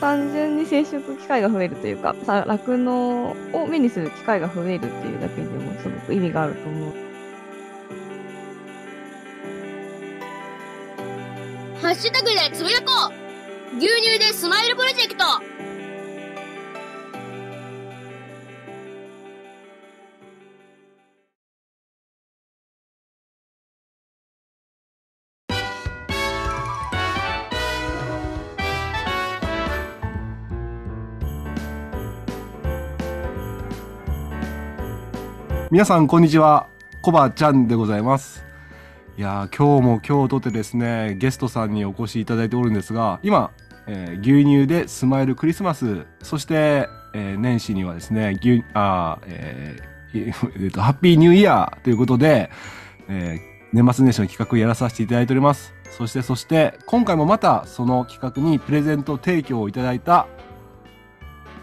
単純に接触機会が増えるというかさ酪農を目にする機会が増えるっていうだけでもすごく意味があると思う。ハッシュタグでつぶやこう牛乳でスマイルプロジェクト皆さんこんにちはコバちゃんでございますいやー今日も今日とてですねゲストさんにお越しいただいておるんですが今、えー牛乳でスマイルクリスマスそして、えー年始にはですね牛あー、えー えっとハッピーニューイヤーということで、えー年末年始の企画やらさせていただいておりますそしてそして今回もまたその企画にプレゼント提供をいただいた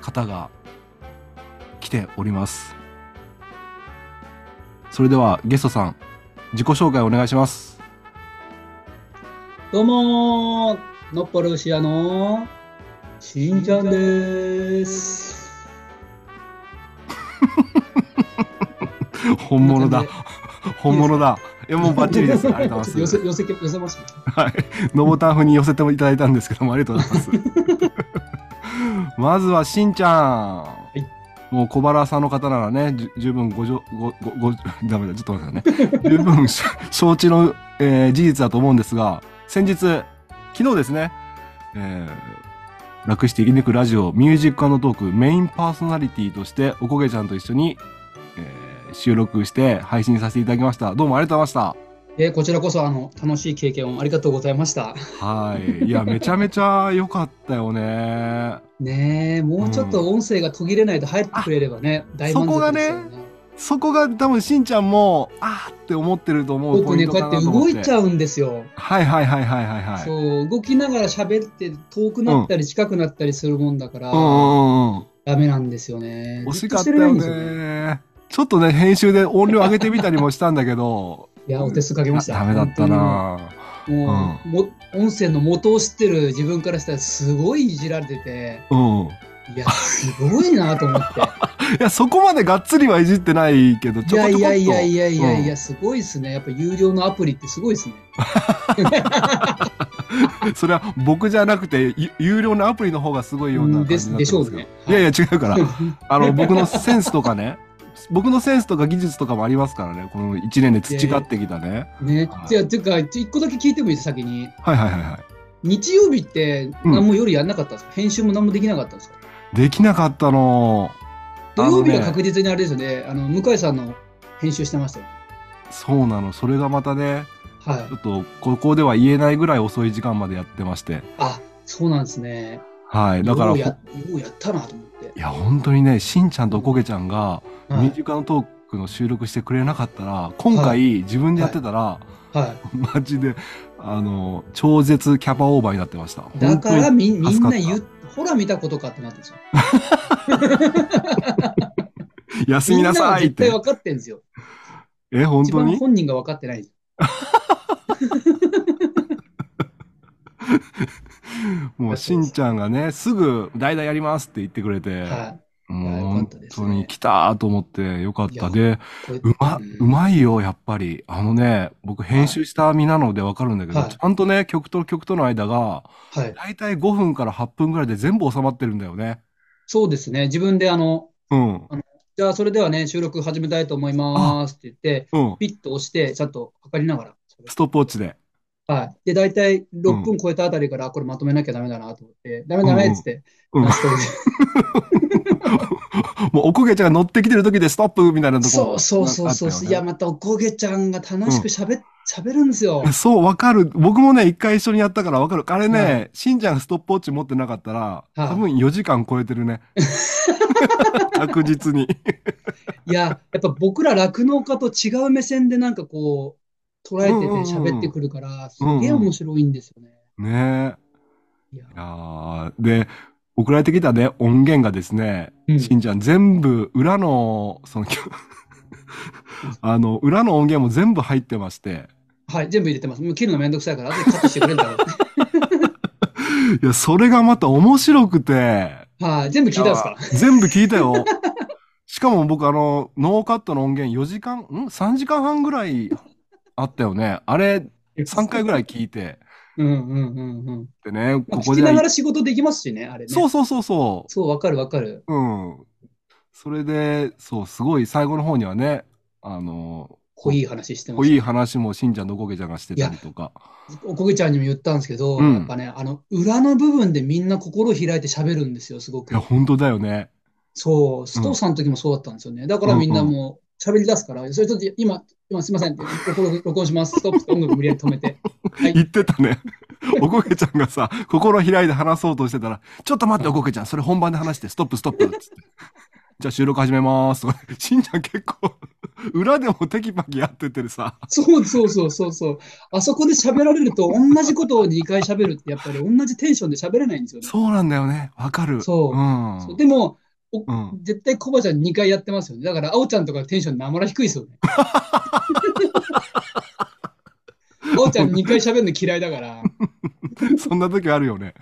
方が来ておりますそれではゲストさん自己紹介お願いしますどうもー、ノッポルシアのしんちゃんです。本物だいいです本物だいやもうバッチリですありがとうござい 寄ませす寄せ寄せました。はいノボタン風に寄せていただいたんですけどもありがとうございますまずはしんちゃん、いもう小腹さんの方ならねじゅ十分ごじょごごごダメだちょっと待ってくださいね十分し承知の、えー事実だと思うんですが先日昨日ですね、えー楽して生き抜くラジオミュージックトークメインパーソナリティとしておこげちゃんと一緒に、えー収録して配信させていただきましたどうもありがとうございましたえこちらこそあの楽しい経験をありがとうございました。はい。いや、めちゃめちゃ良かったよね。ねえ、もうちょっと音声が途切れないで入ってくれればね、大満そこが足ねですよね。そこが多分しんちゃんも、あーって思ってると思うポ僕イね、ントこうかやってなと思っ動て。いちゃうんですよ。はいはいはいはいはいはい。うそう動きながら喋って遠くなったり近くなったりするもんだから、んうんうんうん。ダメなんですよね。惜しかったよずとしてれないんですよね。ちょっとね、編集で音量上げてみたりもしたんだけど、いや、お手数かけました。ダメだったなもう、も音声の元を知ってる自分からしたらすごいいじられててうん。いいやすごいなと思ってや、そこまでがっつりはいじってないけど、い ちょこやちょこっと。いやいやいやいやいや、うんすごいですねやっぱ有料のアプリってすごいですねそれは僕じゃなくて、ゆ有料のアプリの方がすごいような感じになってますけど。ですでしょうねいやいや、違うから。あの、僕のセンスとかね、僕のセンスとか技術とかもありますからね、この1年で培ってきたね。 ねはいじゃあていうか一個だけ聞いてもいいです先にはいはいはいは日曜日って何も夜やんなかったんですか、編集も何もできなかったんですかい。できなかったの。土曜日はあのね確実にあれですよねあの向井さんの編集してましたよそうなの、それがまたね、はいちょっとここでは言えないぐらい遅い時間までやってまして。あそうなんですねはい。だから、ほよういやようやったなと思って、や、本当にね、しんちゃんとおこげちゃんが、はミューいジカルトークの収録してくれなかったら、今回自分でやってたら、はい、マジで、あの、超絶キャパオーバーになってました。だからみみ助んかっなた言っほら見たことかってなってるんですよ。本当に休みなさいっみんなは絶対て。分かってんですよ。え、本一当番に本人が分かってないんですよ。もうしんちゃんがね、すぐ代打やりますって言ってくれて、はもういやよか本ったです当ねに来たーと思ってよかっいた。やで、い。これうま、んうまいよ、やっぱり。あのね、僕編集した身なのでわかるんだけど、はいちゃんとね、曲と曲との間が、はい。だいたい5分から8分ぐらいで全部収まってるんだよね。そうですね。自分であの、うん。じゃあそれではね、収録始めたいと思いますって言って、うん。ピッと押して、ちゃんと測りながら。ストップウォッチで。はい。で、大体6分超えたあたりから、これまとめなきゃダメだなと思って、ダメダメっつっうて、んうんラストでもうおこげちゃんが乗ってきてる時でストップみたいなとこそうそうそうそう。あったよねいや、またおこげちゃんが楽しくしゃべ,、るんですよ。 そう、わかる。僕もね、一回一緒にやったからわかる。あれね、はしんちゃんがストップウォッチ持ってなかったら、い多分4時間超えてる ね。確実に。いや、やっぱ僕ら酪農家と違う目線でなんかこう、捉えうんてうてんうん喋ってくるから、すうんうんげえ面白いんですよね。ねえ。いいややーで、送られてきたね、音源がですね、うんしんちゃん全部、裏の、その、 あの、裏の音源も全部入ってまして、 はい、全部入れてます。もう切るのめんどくさいから、後でカットしてくれんだろう。いや、それがまた面白くて、はい、全部聞いたんですか全部聞いたよ。しかも僕、あの、ノーカットの音源4時間、ん ?3 時間半ぐらいあったよね。あれ、3回ぐらい。い聞いて。うんうんうんうん。でね、まあここ聞できながら仕事できますしね、あれね。そうそうそうそそう、わかるわかる。う。うん。それで、そう、すごい最後の方にはね、あの、濃い話してま濃しい話もしんちゃんとこげちゃんがしてたりとか。た。おこげちゃんにも言ったんですけど、うんやっぱね、あの、裏の部分でみんな心を開いて喋るんですよ、すごいくや、。本当だよね。そう、須藤さんの時もそうだったんですよね。だからみんなもう喋り出すから、それちょっと今、今すいませんって、心録音します、ストップって音楽無理やり止めて。 はい言ってた ね。おこげちゃんがさ、心開いて話そうとしてたら、ちょっと待って、おこげちゃん、それ本番で話して、ストップ、ストップ、つって。じゃあ収録始めます。とか、しんちゃん結構、裏でもテキパキやっててさ、そうそうそうそうそう。あそこで喋られると、同じことを2回喋るって、やっぱり同じテンションで喋れないんですよね。そうなんだよね。わかる。そううん。そうでも、おうん絶対コバちゃん2回やってますよね。だから、あおちゃんとかテンションなまら低いで すよね。あおちゃん2回喋るの嫌いだから。そんな時あるよね。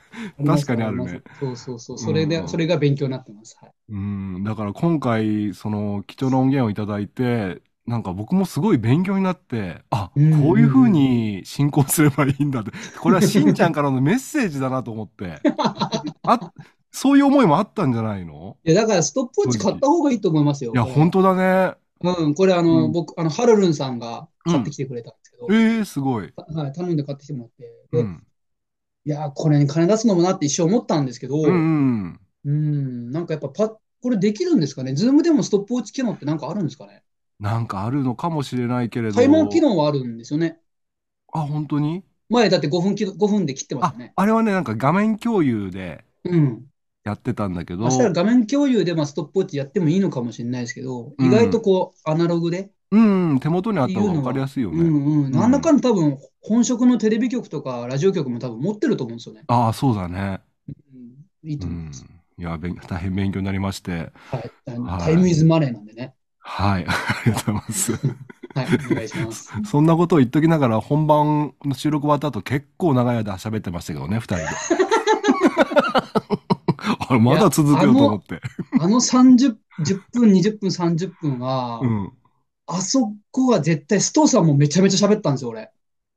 確かにあるねりますりますそうそうそう。それうんうで、んそれが勉強になってます。はい。うん。だから今回、その、貴重な音源をいただいて、なんか僕もすごい勉強になって、あ、こううんうんいう風に進行すればいいんだって。これはしんちゃんからのメッセージだなと思って。 あ、そういう思いもあったんじゃないのいや、だから、ストップウォッチ買った方がいいと思いますよ。いや、これ本当だね。うん、これ、あの、うん僕、あの、ハルルンさんが買ってきてくれたんですけど、ええすごい。はい、頼んで買ってきてもらって、でうん。いやー、これに金出すのもなって一生思ったんですけど、うんう。うんん、なんかやっぱパこれできるんですかねズームでもストップウォッチ機能ってなんかあるんですかねなんかあるのかもしれないけれど。タイマー機能はあるんですよね。あ、本当に前だって5分き、5分で切ってましあたね。、あれはね、なんか画面共有でうん。やってたんだけどあ、したら画面共有でまあストップウォッチやってもいいのかもしれないですけど、うん意外とこう、アナログで、うん、手元にあった方がわかりやすいようね。んうん、なんだかんだ多分、本職のテレビ局とかラジオ局も多分持ってると思うんですよね。ああ、そうだね。うん、いいうと思いんます。。いや、勉大変勉強になりまして。はい。はいタイムイズマネーなんでね。はい、ありがとうございます。はい、お願いし ます。そんなことを言っときながら本番の収録終わった後結構長い間喋ってましたけどね、二人 で。あれ、まだ続くよと思って。あの30、10分、20分、30分は、うん。あそこは絶対、須藤さんもめちゃめちゃ喋ったんですよ、俺。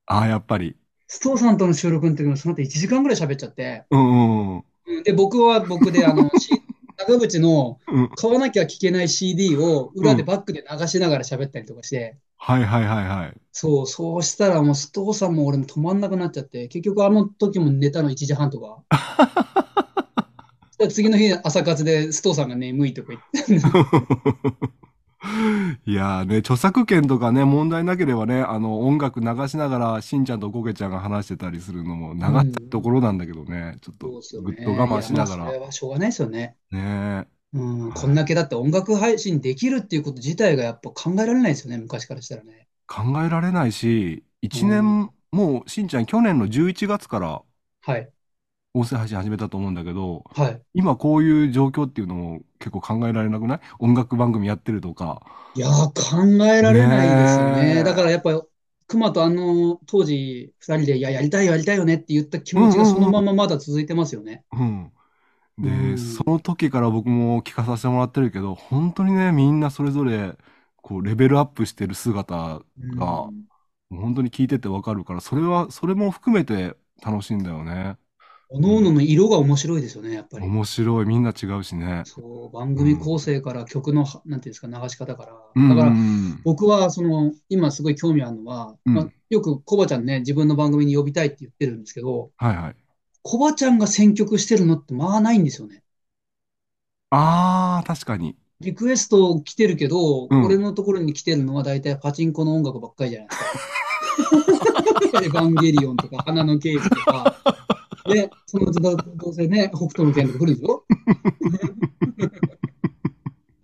ああ、やっぱり。須藤さんとの収録の時もその後1時間ぐらい喋っちゃって、うんうんうん。うんで、僕は僕で、あ の、し長渕のうん。買わなきゃ聴けない CD を裏でバックで流しながら喋ったりとかして、はいはいはいはい。そう、そうしたらもう須藤さんも俺も止まんなくなっちゃって、結局あの時も寝たの1時半とか。 そしたら次の日朝活で須藤さんが眠いとか言って。いやーね、著作権とかね、問題なければね、あの、音楽流しながら、しんちゃんとこけちゃんが話してたりするのも、長いところなんだけどね、ちょっそと、うですよぐっね。と我慢しながいやらまあそれ。はしょうがないですよね。ねうん、こんだけだって音楽配信できるっていうこと自体がやっぱ考えられないですよね、昔からしたらね。考えられないし、一年、もう、しんちゃん去年の11月からはい、音声配信始めたと思うんだけど、はい。今こういう状況っていうのも結構考えられなくない音楽番組やってるとか。いやー、考えられないですよねえね。だからやっぱ、熊とあの当時、二人で、いや、やりたい、やりたいよねって言った気持ちがそのまままだ続いてますよね。うん。で、うんその時から僕も聞かさせてもらってるけど、本当にね、みんなそれぞれ、こう、レベルアップしてる姿、うんあ本当に聞いててわかるから、それは、それも含めて楽しいんだよね。おのおのの色が面白いですよね、やっぱり。面白い、みんな違うしね。そう、番組構成から曲の、なんていうんですか、流し方から。うんだからう、ん僕はその今すごい興味あるのは、うんまあ、よくコバちゃんね、自分の番組に呼びたいって言ってるんですけど、はいはい。コバちゃんが選曲してるのってまあないんですよね。あー、確かに。リクエスト来てるけど、うん俺のところに来てるのは大体パチンコの音楽ばっかりじゃないですか。エヴ ァンゲリオンとか、花の刑事とか。で、そのうちどどうせね、北斗の拳とか来るでしょ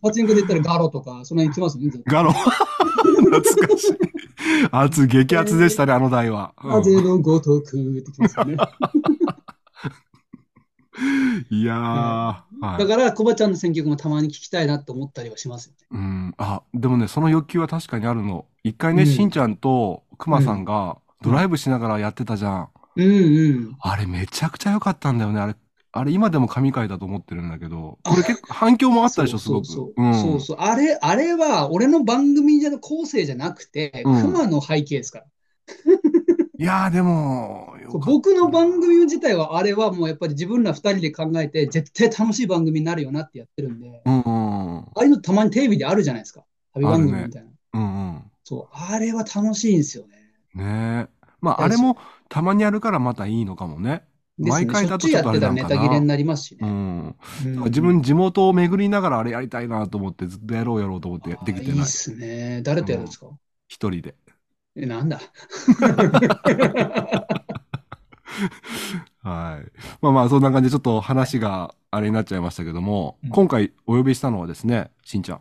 パチンコで言ったらガロとか、その辺来ますよね。絶対ガロ。 懐かしい。熱、激熱でしたね、あの台は。うん風のごとくって来ますよね。いやー、はいだから、コバちゃんの選曲もたまに聞きたいなと思ったりはしますよね。うん、あ、でもね、その欲求は確かにあるの。一回ね、うんしんちゃんとくまさんがドライブしながらやってたじゃん。ううんうん。あれめちゃくちゃ良かったんだよね。あれ、あれ今でも神回だと思ってるんだけど、これ結構反響もあったでしょ、すそごうく。そううん。そうそうそう。あれ、あれは、俺の番組じゃ構成じゃなくて、うん熊の背景ですから。いやーでも、よかった僕の番組自体は、あれはもうやっぱり自分ら二人で考えて、絶対楽しい番組になるよなってやってるんで、うんうんうん。ああいうのたまにテレビであるじゃないですか。旅番組みたいな。うんうん。そう。あれは楽しいんですよね。ねえ。まあ、あ大れ事もたまにやるからまたいいのかもね。です毎ね回だとそっちちょやっとっあれてたなのらネかなタ切れになりますしうね。ん。うん自分地元を巡りながらあれやりたいなと思ってずっとやろうやろうと思ってできてあーいないっ。すね。誰とやるんですか一人で。え、なん だはい。まあまあ、そんな感じでちょっと話があれになっちゃいましたけども、うん今回お呼びしたのはですね、しんちゃん。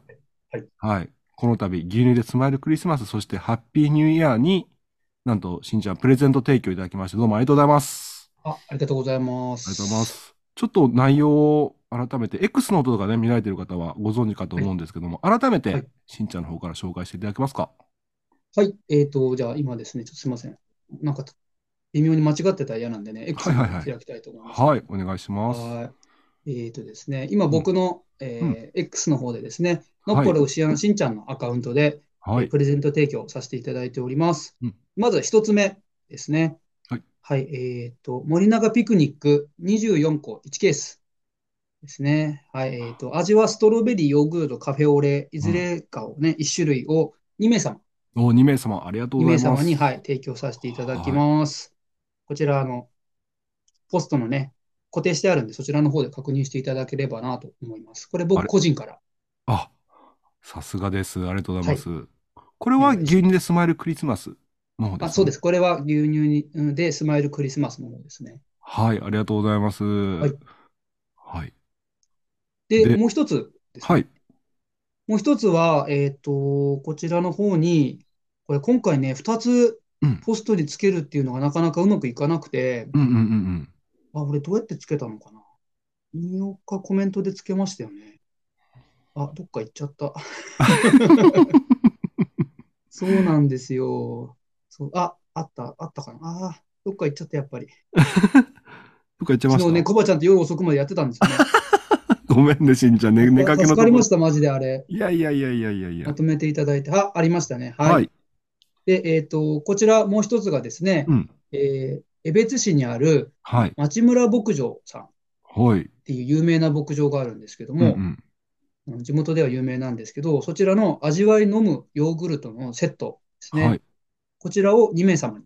はい。はい。この度、牛乳でスマイルクリスマス、そしてハッピーニューイヤーに、なんと、しんちゃん、プレゼント提供いただきまして、どうもありがとうございます。あ、ありがとうございまありす。がとうございま。す。ちょっと内容を改めて、X の音とかね、見られてる方はご存知かと思うんですけども、改めはてい、しんちゃんの方から紹介していただけますか。はい。えっと、じゃあ今ですね、ちょっとすいません。なんか、微妙に間違ってたら嫌なんでね、X はいはいのはい方開きたいと思います。はい、お願いします。はい。えっとですね、今僕の、えうー X の方でですね、はいノッポル牛穴しんちゃんのアカウントで、はえーい。プレゼント提供させていただいております。うんまず一つ目ですね。はい。えっと、森永ピクニック24個1ケースですね。はい。えっと、味はストロベリー、ヨーグルト、カフェオレ、いずれかをね、1種類を2名様、お、2名様、ありがとう2ござい名ます。様に、はい、提供させていただきます。こちら、あの、ポストのね、固定してあるんで、そちらの方で確認していただければなと思います。これあ僕れ個人から。あ、さすがです。ありがとうございます。これは牛乳でスマイルクリスマスの方ですあ、ねそうです。これは牛乳にうんでスマイルクリスマスの方ですね。。はい、ありがとうございます。はいはい。で、でもう一つですねはい。もう一つは、えっと、こちらの方に、これ今回ね、二つうん。ポストにつけるっていうのがなかなかうまくいかなくて、うんうんうんうん。あ、俺どうやってつけたのかな引用かコメントでつけましたよね。あ、どっか行っち ゃった。そうなんですよ。そう、あ、あった、あったかな。あーどっか行っちゃった、やっぱり。どっか行っちゃいまし昨日たね、コバちゃんと夜遅くまでやってたんですよね。ごめんね、しんちゃん。ね、寝かけのと助かこりました、マジであれ。いやいやいやいやいやいやま。とめていただいて、あ、ありましたね。はい。はい。で、えっと、こちらもう一つがですね、うん。えー江別市にあるはい。町村牧場さんっはい。ていう有名な牧場があるんですけどうんうも、ん。あの地元では有名なんですけど、そちらの味わい飲むヨーグルトのセットですね。はい。こちらを2名様に。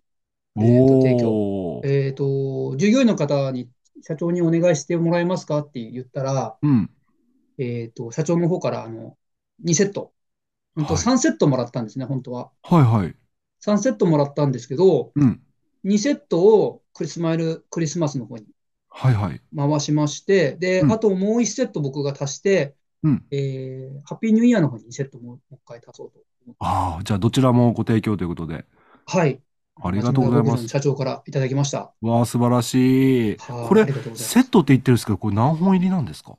お提供おー。えっと、従業員の方に社長にお願いしてもらえますかって言ったら、うん。えっと、社長の方からあの2セット、本当はい3セットもらったんですね、本当は。はいはい。 3セットもらったんですけど、うん。 2セットをクリスマイル、クリスマスの方にはいはい。回しまして、で、うんあともう1セット僕が足して、うんえーハッピーニューイヤーの方に2セットももう一回足そうと思って。ああ、じゃあどちらもご提供ということで。はい。ありがとうございま松村牧場のす。社長からいただきました。わあ、素晴らしい。はいこれありがとうございますセットって言ってるんですけど、これ何本入りなんですか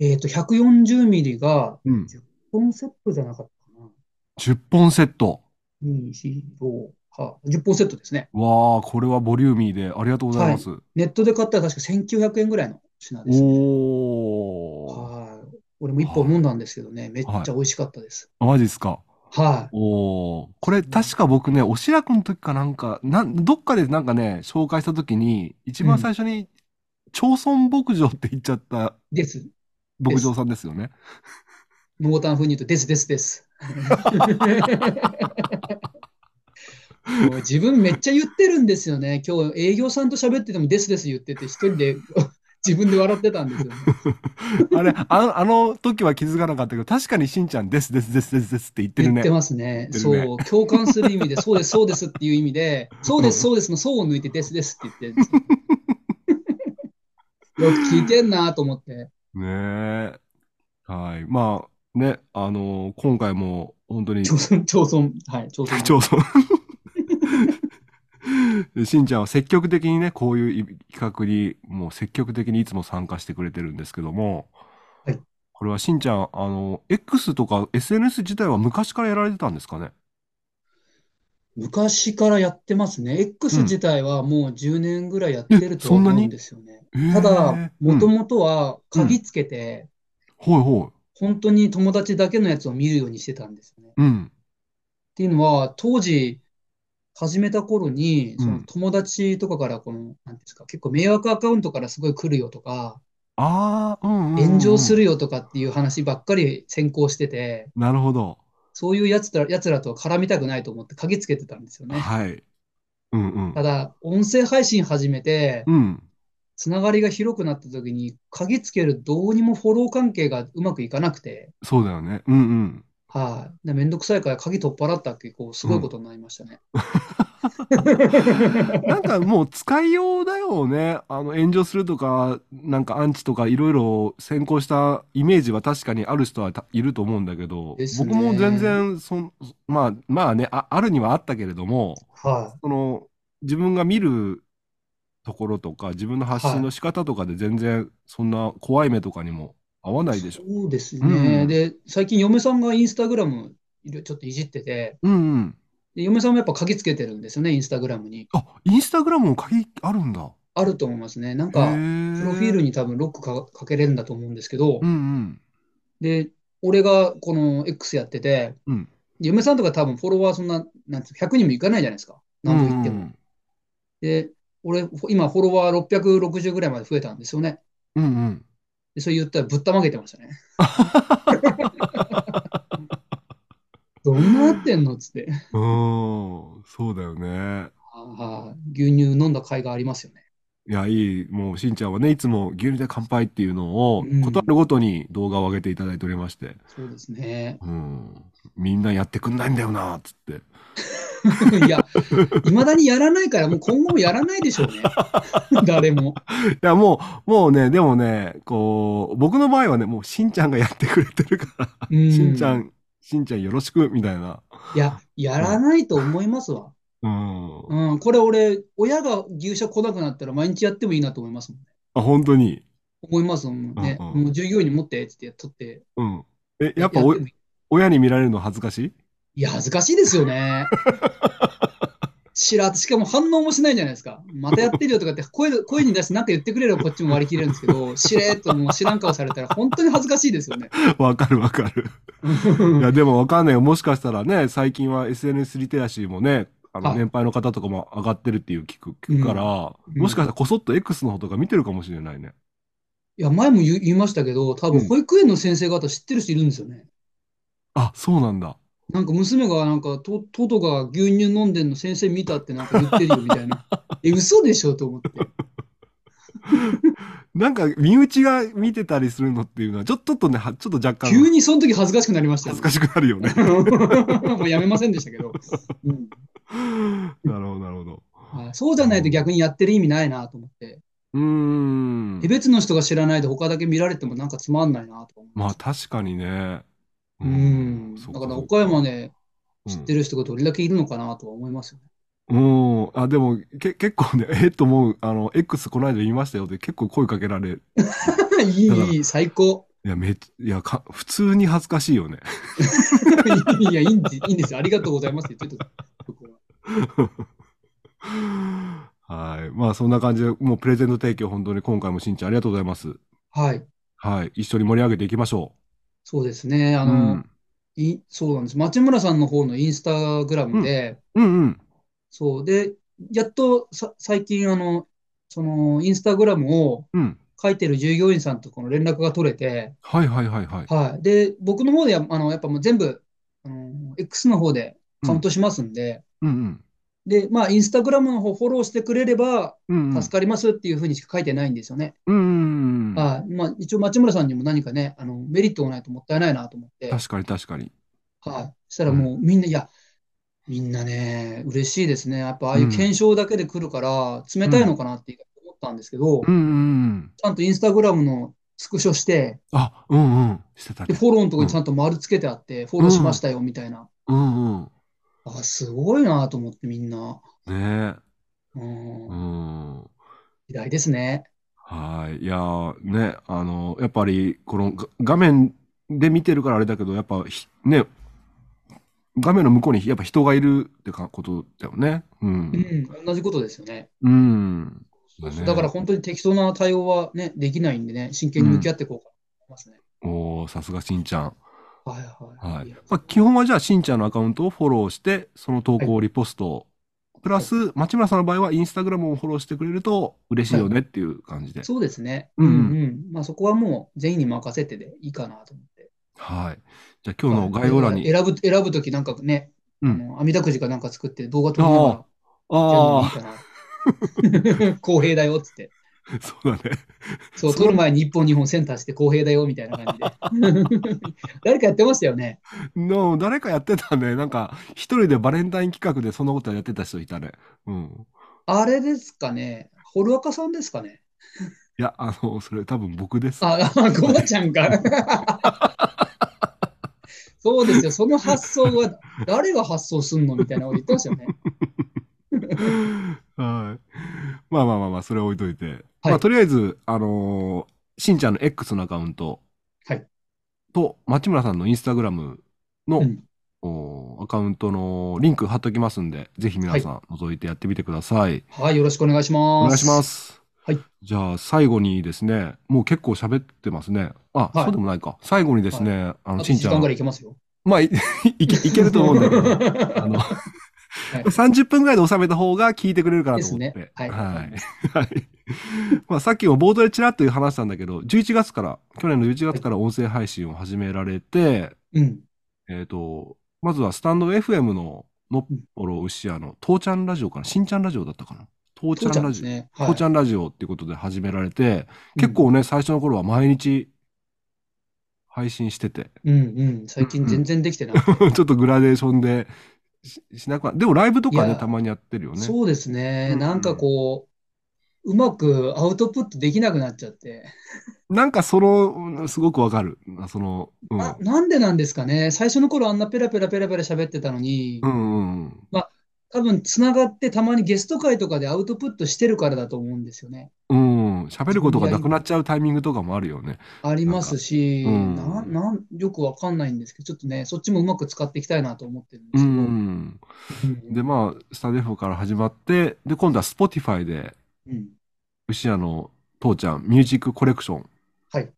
えっと、140ミリがうん。コンセプトじゃなかったかな。 10本セット。 2、4、5、は10本セットですね。わあ、これはボリューミーで、ありがとうございます。ネットで買ったら確か1900円ぐらいの品ですね。おー。はい。俺も1本飲んだんですけどね、めっちゃ美味しかったです。マジですか。はい。おー。これ確か僕ね、おしらくの時かなんか、なん、どっかでなんかね、紹介した時に、一番最初に、町村牧場って言っちゃったです。牧場さんですよね。濃淡風に言うと、です、で す、です。もう自分めっちゃ言ってるんですよね。今日営業さんと喋ってても、です、です言ってて、一人で自分で笑ってたんですよね。あれ、あの、あの時は気づかなかったけど、確かにしんちゃんです、です、です、です、ですって言ってる言ねって。ますね。言ってるねそう、共感する意味で、そうです、そうですっていう意味で、そうです、そうですの、そうを抜いて、です、ですって言ってるんですよ。 よく聞いてんなと思って。 ねえ。はい。まあ、ね、あのー今回も本当に、 町村、町村、はい、町村。町村。しんちゃんは積極的にね、こういう企画に、もう積極的にいつも参加してくれてるんですけども、はいこれはしんちゃん、あの、X とか SNS 自体は昔からやられてたんですかね昔からやってますね。X 自体はもう10年ぐらいやってるとはえそん思なうにんですよね。えーただ、うんもともとは鍵つけて、ほいほ本当に友達だけのやつを見るようにしてたんですよね。っい。うん。ていうのは、当時、始めた頃に、そうんの友達とかから、この、なんですか、結構迷惑アカウントからすごい来るよとか、ああ、うんうん、うん。炎上する。るよとかっていう話ばっかり先行してて、なるほど。そういうやつら、やつらとは絡みたくないと思って鍵つけてたんですよね。はい。うんうんた。だ、音声配信始めて、うん。つながりが広くなった時に、鍵つけるどうにもフォロー関係がうまくいかなくて、そうだよね。うんうん。はい、でめんどくさいから鍵取っ払ったってこう、すごいことになりました ね。なんかもう使いようだよね。あの、炎上するとか、なんかアンチとかいろいろ先行したイメージは確かにある人はたいると思うんだけどで、すね僕も全然そん、まあ、まあねあ、あるにはあったけれども、は。その、自分が見るところとか、自分の発信の仕方とかで全然そんな怖い目とかにも合わないいでしょ。そうですうんうね。んで、最近嫁さんがインスタグラムいろちょっといじってて、うんうん。で、嫁さんもやっぱ鍵つけてるんですよね、インスタグラムに。あ、インスタグラムも鍵あるんだ。あると思いますね。なんへか、ープロフィールに多分ロックか、かけれるんだと思うんですけどう、んうん。で、俺がこの X やってて、うん嫁さんとか多分フォロワーそんな、なんつう100人もいかないじゃないですか。何度言っても。で、俺、今フォロワー660ぐらいまで増えたんですよね。うんうん。で、それ言ったらぶったまげてまし たね。どんなやってんのっつって。うん、そうだよね。ああ、牛乳飲んだ甲斐がありますよね。いや、いい。もう、しんちゃんはね、いつも牛乳で乾杯っていうのをう、んことあるごとに動画を上げていただいておりまして、そうですね。 うん、みんなやってくんないんだよな、つって。いや、いまだにやらないから、もう今後もやらないでしょうね。 誰も。いや、もう、もうね、でもね、こう、僕の場合はね、もう、しんちゃんがやってくれてるかうら、ん。しんちゃん、しんちゃんよろしく、みたいな。いや、やらないと思いますわ。うん。あ、うん、これ俺、親が牛舎来なくなったら毎日やってもいいなと思いますもんね。本当に。思いますもんね。うんうんもう従業員に持ってって言って取って。うん。え、やっぱやおてもいい。親に見られるの恥ずかしいいや、恥ずかしいですよね。知ら、しかも反応もしないじゃないですか。またやってるよとかって声で、声に出してなんか言ってくれればこっちも割り切れるんですけど、しれーっともう知らん顔されたら本当に恥ずかしいですよね。 わかるわかる。いや、でもわかんないよ。もしかしたらね、最近は SNS リテラシーもね、あの、はい年配の方とかも上がってるっていう聞く、聞くから、うんもしかしたらこそっと X の方とか見てるかもしれないね。いや、前も言い言いましたけど、多うん分保育園の先生方知ってる人いるんですよね。あ、そうなんだ。なんか娘がなんかと、トトが牛乳飲んでんの先生見たってなんか言ってるよみたいな。え、嘘でしょと思って。なんか、身内が見てたりするのっていうのは、ちょちょっとね、はちょっと若干急にその時恥ずかしくなりましたよ恥ずかしくなるよね。 ね。 もうやめませんでしたけど。うんなるほど、なるほど。はいそうじゃないと逆にやってる意味ないなと思って。うーんえ、。別の人が知らないで他だけ見られてもなんかつまんないなと思いままあ、確す。かにね。うん。だから岡山ね、知ってる。る人がどれだけいるのかなとは思いますよね。うん。あ、でも、け、結構ね、えっと思う、あの、X この間言いましたよって結構声かけられい い、いい、最高。いや、めっちゃ、いや、か、普通に恥ずかしいよね。 いや、いいんでいいんですよ。ありがとうございますって言ってた。僕ははい。まあ、そんな感じで、もうプレゼント提供、本当に今回もしんちゃんありがとうございます。はい。はい。一緒に盛り上げていきましょそうですね。う。あうの、ん。い、そうなんです。町村さんの方のインスタグラムで、うんうん。そう。で、やっとさ、最近、あの、その、インスタグラムをうん。書いてる従業員さんとこの連絡が取れて、はいはいはいはい。はい。で、僕の方では、あの、やっぱもう全部、あの、X の方でカウントしますんで、うんうん。で、まあ、インスタグラムの方フォローしてくれればうんうん。助かりますっていうふうにしか書いてないんですよね。うんうんうん。はい。まあ、一応、町村さんにも何かね、あの、メリットがないともったいないなと思って、確かに確かに。はい。そしたらもうみんな、いや、みんなね、嬉しいですね。やっぱああいう検証だけで来るから、冷たいのかなって思ったんですけど、うんうんうん。ちゃんとインスタグラムのスクショして、あ、うんうん。してたで、 ね。フォローのとこにちゃんと丸つけてあって、フォローしましたよ、みたいな。うんうん。あ、すごいなと思ってみんな。ねえ。うんう、ん。時代ですね。はい。いやーね、あの、やっぱり、このが画面で見てるからあれだけど、やっぱひ、ね、画面の向こうにやっぱ人がいるってかことだよね。う。うんん、同じことですよね。うん。そうそうだねだから本当に適当な対応はね、できないんでね、真剣に向き合っていこうかと思いますね。おーさすがしんちゃん。はいはい。はいや。まあ、基本はじゃあしんちゃんのアカウントをフォローして、その投稿をリポストを。プラス、町村さんの場合はインスタグラムをフォローしてくれると嬉しいよねっていう感じで。そうですね。ううんうんんうん。まあそこはもう全員に任せてでいいかなと思って。はい。じゃあ今日の概要欄に。選ぶ、選ぶときなんかね、うあんの、網だくじかなんか作って動画撮りながらああ、 やるのもいいかな。公平だよっつって。そうだね。そう、そ撮る前に1本2本センターして公平だよみたいな感じ で。誰かやってましたよね。の誰かやってたね。 なんか、一人でバレンタイン企画でそんなことやってた人いたね。うん。あれですかね。ホルアカさんですかね。いや、あの、それ多分僕です。 あ、あごまちゃんか。そうですよ。その発想は、誰が発想すんのみたいなこと言ってましたよね。はい。まあまあまあまあ、それは置いといて。まあ、はいとりあえず、あのーしんちゃんの X のアカウント。はいと、町村さんのインスタグラムの、うんおーアカウントのリンク貼っときますんで、ぜひ皆さん覗いてやってみてください。はい、よろしくお願いしおま願いす。します。はい。じゃあ、最後にですね、もう結構喋ってますね。あ、はいそうでもないか。最後にですね、ああの、としんち時ゃ間ぐらん。いいけますよ。まあ、い いけいけると思うんだけ ど。あの、い30分ぐらいで収めた方が聞いてくれるかなと思って。ですねはいはい。はい。 まあ、さっきも冒頭でちらっという話したんだけど、11月から、去年の11月から音声配信を始められて、うん。えっ、と、まずはスタンド FM ののっぽろ牛屋の、父ちゃんラジオかな、しんちゃんラジオだったかな。父ち父ゃちゃんんラでジすオ。ね。は父い。ちゃんラジオっていうことで始められて、うん結構ね、最初の頃は毎日配信してて、 うんうん。最近全然できてない。ちょっとグラデーションでししなくは、でもライブとかいね、やたまにやってるよね。そうですね。うんなんかこう、うまくアウトプットできなくなっちゃって。なんかその、うんすごくわかる。あその、うん。な、なんでなんですかね。最初の頃あんなペラペラペラペラ喋ってたのにう、んうんうん。多分つながってたまにゲスト会とかでアウトプットしてるからだと思うんですよね。うん。喋ることがなくなっちゃうタイミングとかもあるよね。ありますし、なんかなうんなんよくわかんないんですけど、ちょっとね、そっちもうまく使っていきたいなと思ってるんでうすけん。ど。うんで、まあ、スタデフォから始まって、で、今度は Spotify で、うん牛屋の父ちゃん、ミュージックコレクションはい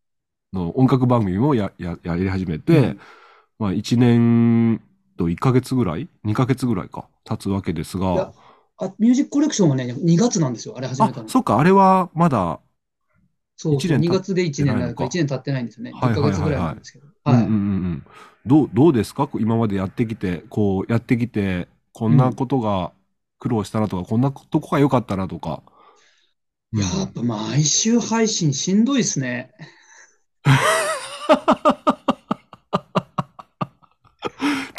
の音楽番組もや、や、やり始めて、うんまあ、1年と1ヶ月ぐらい ?2 ヶ月ぐらいか、経つわけですいがや、あ、ミュージックコレクションはね、2月なんですよ、あれ始めあた、の。そっか、あれはまだ、そう一そう、年2経っ月で1年だか経らって1年経ってないんですよね。はいはいはいはい1ヶ月ぐらいなんですけど。うんはうんい。うんうん。どう、どうですかこう今までやってきて、こう、やってきて、こんなことが苦労したなとか、こんなとこが良かったなとか。うんやっぱ毎週配信しんどいっすね。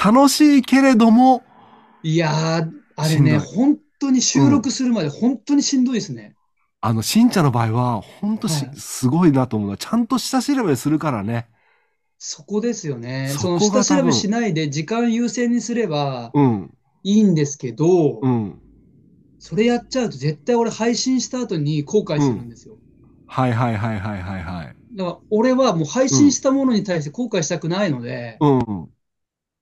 楽しいけれども、いやー、あれしんどいね、本当に収録するまで本当にしんどいっすね。あの、しんちゃんの場合は、ほんとし、はいすごいなと思うのは、ちゃんと下調べするからね。そこですよね。そそのこが下調多分べしないで時間優先にすればうん、いいんですけどう、ん。それやっちゃうと絶対俺配信した後に後悔するんですよ。はいはいはいはいはいはい。だから俺はもう配信したものに対して後悔したくないので、うん。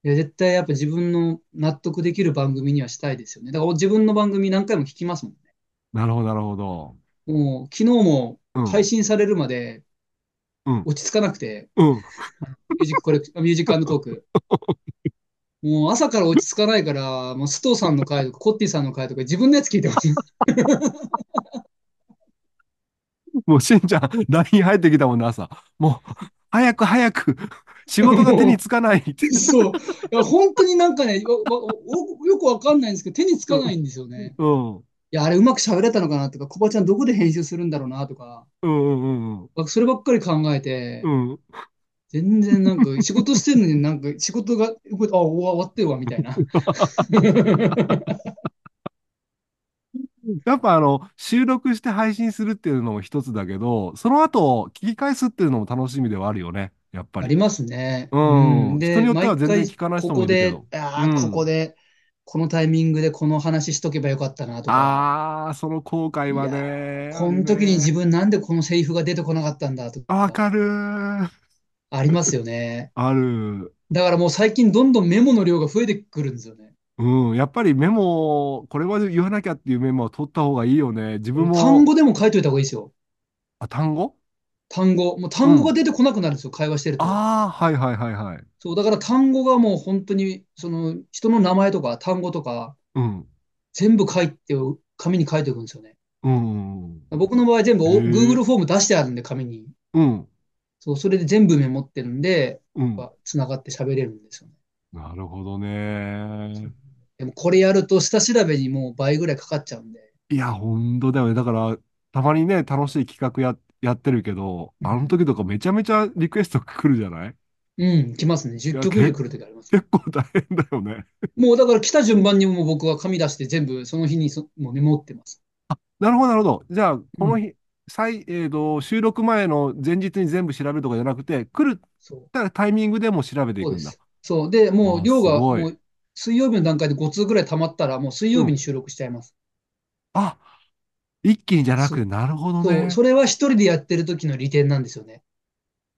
いや絶対やっぱ自分の納得できる番組にはしたいですよね。だから自分の番組何回も聞きますもんね。なるほどなるほど。もう昨日もうん。配信されるまでうん落ち着かなくて、うん。ミュージックコレクミュージックトーク。もう朝から落ち着かないから、もう須藤さんの回とか、コッティさんの回とか、自分のやつ聞いてます。もうしんちゃん、LINE 入ってきたもんね、朝。もう、早く早く、仕事が手につかない って。そう。いや本当になんかね、よわおよくわかんないんですけど、手につかないんですよね。うん。いや、あれうまく喋れたのかなとか、コバちゃんどこで編集するんだろうなとか、うんうんうんそればっかり考えて、うん。うん。全然なんか仕事してるのになんか仕事が、あ、終わ終わってるわみたいな。やっぱあの、収録して配信するっていうのも一つだけど、その後、聞き返すっていうのも楽しみではあるよね、やっぱあり。りますね。うんで、人によっては毎全回然聞かない人もいるけどここで、あーうんここで、このタイミングでこの話しとけばよかったなとか、ああ、その後悔はね。この時に自分なんでこのセリフが出てこなかったんだとあるね。わか、かるー。ありますよね。ある。だからもう最近どんどんメモの量が増えてくるんですよね。うん、やっぱりメモ、これは言わなきゃっていうメモは取った方がいいよね。自分も、単語でも書いといた方がいいですよ。あ、単語単語。もう単語が出てこなくなるんですよ、会話してると。ああ、はいはいはいはい。そう、だから単語がもう本当に、その人の名前とか単語とか、うん。全部書いて、紙に書いておくんですよね。うん。僕の場合全部おへえ Google フォーム出してあるんで、紙に。うん。そう、それで全部メモってるんで、うん。つながって喋れるんですよね。なるほどね。でもこれやると下調べにもう倍ぐらいかかっちゃうんで。いや、本当だよね。だから、たまにね、楽しい企画や、やってるけど、うんあの時とかめちゃめちゃリクエスト来るじゃないうん、来ますね。10曲ぐらい来る時あります。結構大変だよね。もうだから来た順番にもう僕は紙出して全部その日にそもうメモってます。なるほど、なるほど。じゃあ、この日、最、えーと、収録前の前日に全部調べるとかじゃなくて、来るそう。タイミングでも調べていそうくでんだ。す。そう。で、あもうー量がすごいもう水曜日の段階で5通ぐらい溜まったら、もう水曜日に収録しちゃいます。あ、一気にじゃなくて、なるほどそう、ね。それは一人でやってる時の利点なんですよね。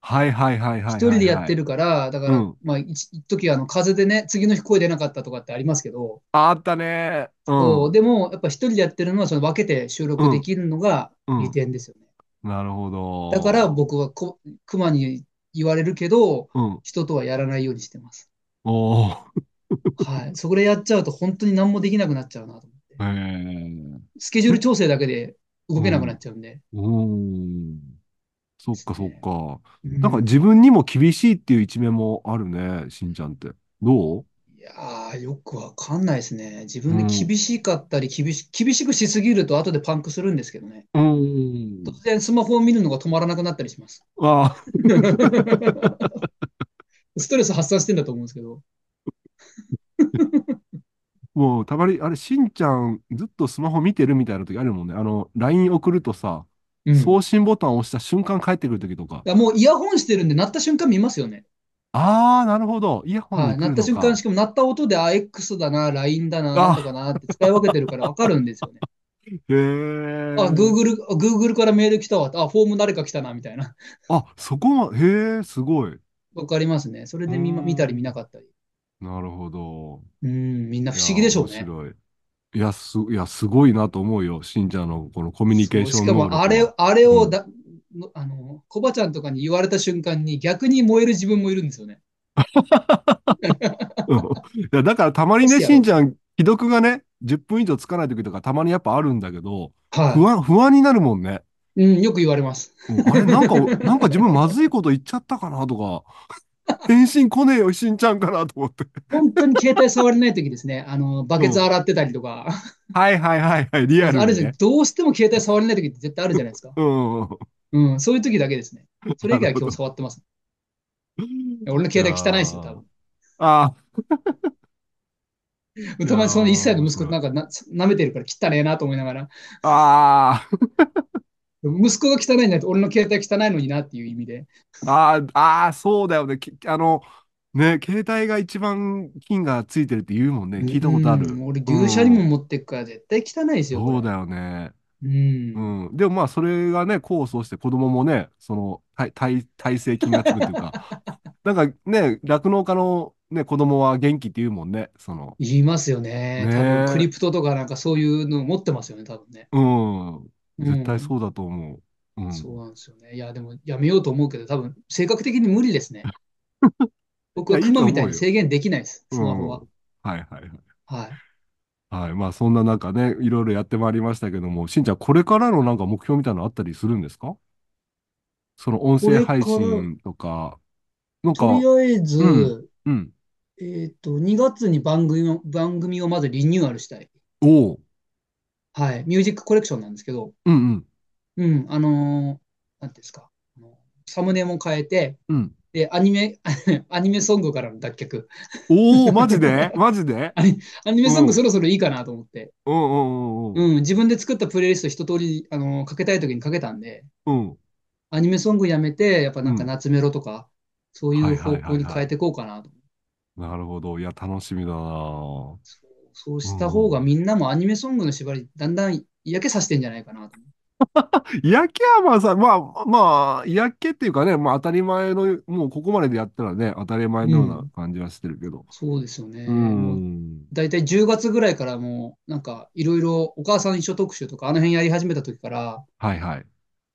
はいはいはいはい一人でやってる。るから、だかうらん、まあ、一一時あの風邪でね、次の日声出なかったとかってありますけど、あったね。うん。そう、でも、やっぱ一人でやってるのは、その分けて収録できるのがうん利点ですよね。なるほど。だから、僕はこ、熊に言われるけど、うん。人とはやらないようにし てます。おー。はい。それやっちゃうと、本当に何もできなくなっちゃうなと思って。えー。スケジュール調整だけで動けなくなっちゃうんで。うん。そっかそっか。うんなんか自分にも厳しいっていう一面もあるね、しんちゃんって。どういやー、よくわかんないですね。自分で厳しかったり、厳し、厳しくしすぎると、後でパンクするんですけどね。うん。突然スマホを見るのが止まらなくなったり します。ああ、ストレス発散してんだと思うんですけど。もうたまに、あれ、しんちゃんずっとスマホ見てるみたいな時あるもんね。あの、LINE 送るとさ、うん送信ボタンを押した瞬間帰ってくる時とか。だからもうイヤホンしてるんで、鳴った瞬間見ますよね。ああ、なるほど。イヤホンはにい、来鳴るったの瞬か。間、しかも鳴った音で、あ、X だな、LINE だな、とかなって使い分けてるから分かるんですよね。 へえ。あ、Google、あ Google からメール来たわ。あ、フォーム誰か来たな、みたいな。 あ、そこま、へえ、すごい。分かりますね。それで見うま、ん見たり見なかったり。なるほど。うん、みんいなや不思議でしょう面ね。白い。いや、す、いや、すごいなと思うよ。しんちゃんのこのコミュニケーショそうンしか能も、力あれ、は。あれをだ、のあの、コバちゃんとかに言われた瞬間に、逆に燃える自分もいるんですよね。うんいや、だからたま にね、確かしにんちゃん、既読がね、10分以上つかない時とかたまにやっぱあるんだけど、不は安、不安になるもんね。い。うん、よく言われます。うんあれ、なんか、 なんか自分まずいこと言っちゃったかなと か、返信来ねえよ、しんちゃんかなと思って。本当に携帯触れない時ですね。あの、バケツ洗ってたりとか。はいはいはいはい、リアルあるにじゃん。ね。どうしても携帯触れない時って絶対あるじゃないで すか。うんうん。うん、そういう時だけですね。それ以な外るほどは今日触ってます。俺の携帯汚いですよ、多あ分。たまにその1歳の息子となんかな舐めてるから汚ねえなと思いながら。あ、あ息子が汚いんだと俺の携帯汚いのになっていう意味で。あ、ああ、ああ、そうだよね。きあの、ね、携帯が一番金がついてるって言うもんね。聞いたことあるう。ん俺、牛舎にも持ってくから絶対汚いですよ。これそうだよね。うう。んん。でもまあ、それがね、功を奏して子供もね、その、体、体、体性金がつくっていう か、なんかね、酪農家のね、子供は元気って言うもんね。その、言いますよね。多ねえ分クリプトとかなんかそういうの持ってますよね、多分ね。うん。絶対うそうだと思う。うんん。。そうなんですよね。いや、でもやめようと思うけど、多分性格的に無理 ですね。僕はいやいいと熊思うよみたいに制限できないです、スマホは。うんはいはいはい。はい。はい。まあ、そんな中ね、いろいろやってまいりましたけども、しんちゃん、これからのなんか目標みたいなのあったりするんですかその音声配これから信とか、なんか、とりあえず、うんうん。えっと、2月に番組を、番組をまずリニューアルしたい。おう。はい。ミュージックコレクションなんですけど、うんうん。うん、あのーなんていうんですか。あのサムネも変えて、うん。で、アニメ、 アニメソングからの脱却。おお、マジ でマジでアニメソンうんグそろそろいいかなと思って。うんうんうんうん。うん、自分で作ったプレイリスト一通り、あのーかけたい時にかけたんで、うん。アニメソングやめて、やっぱなんかうん夏メロとか、そういはいうはいはい方はい向に変えていこうかなと。なるほど。いや、楽しみだなぁ。そう、そうした方がみんなもアニメソングの縛り、だんだん嫌気さしてんじゃないかなと。焼き山さん、まあまあ、焼けっていうかね、まあ当たり前の、もうここまででやったらね、当たり前のような感じはしてるけど。そうですよね。う。もうん大体10月ぐらいからもう、なんか、いろいろお母さん一緒特集とか、あの辺やり始めた時から、はいはい。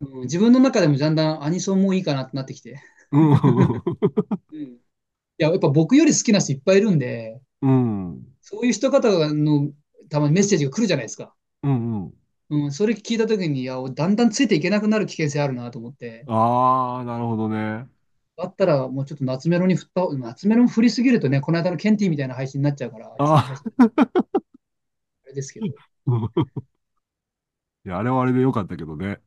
うん自分の中でもだんだんアニソンもいいかなってなってきて。ういや、やっぱ僕より好きな人いっぱいいるんで、ん。うん。そういう人方のたまにメッセージが来るじゃないですか。うんうん。うん、それ聞いた時に、いや、だんだんついていけなくなる危険性あるなと思って、ああ、なるほどね。 だったらもうちょっと夏メロに振った、夏メロも振りすぎるとね、この間のケンティーみたいな配信になっちゃうから、あ あれですけど、いや、あれはあれでよかったけどね。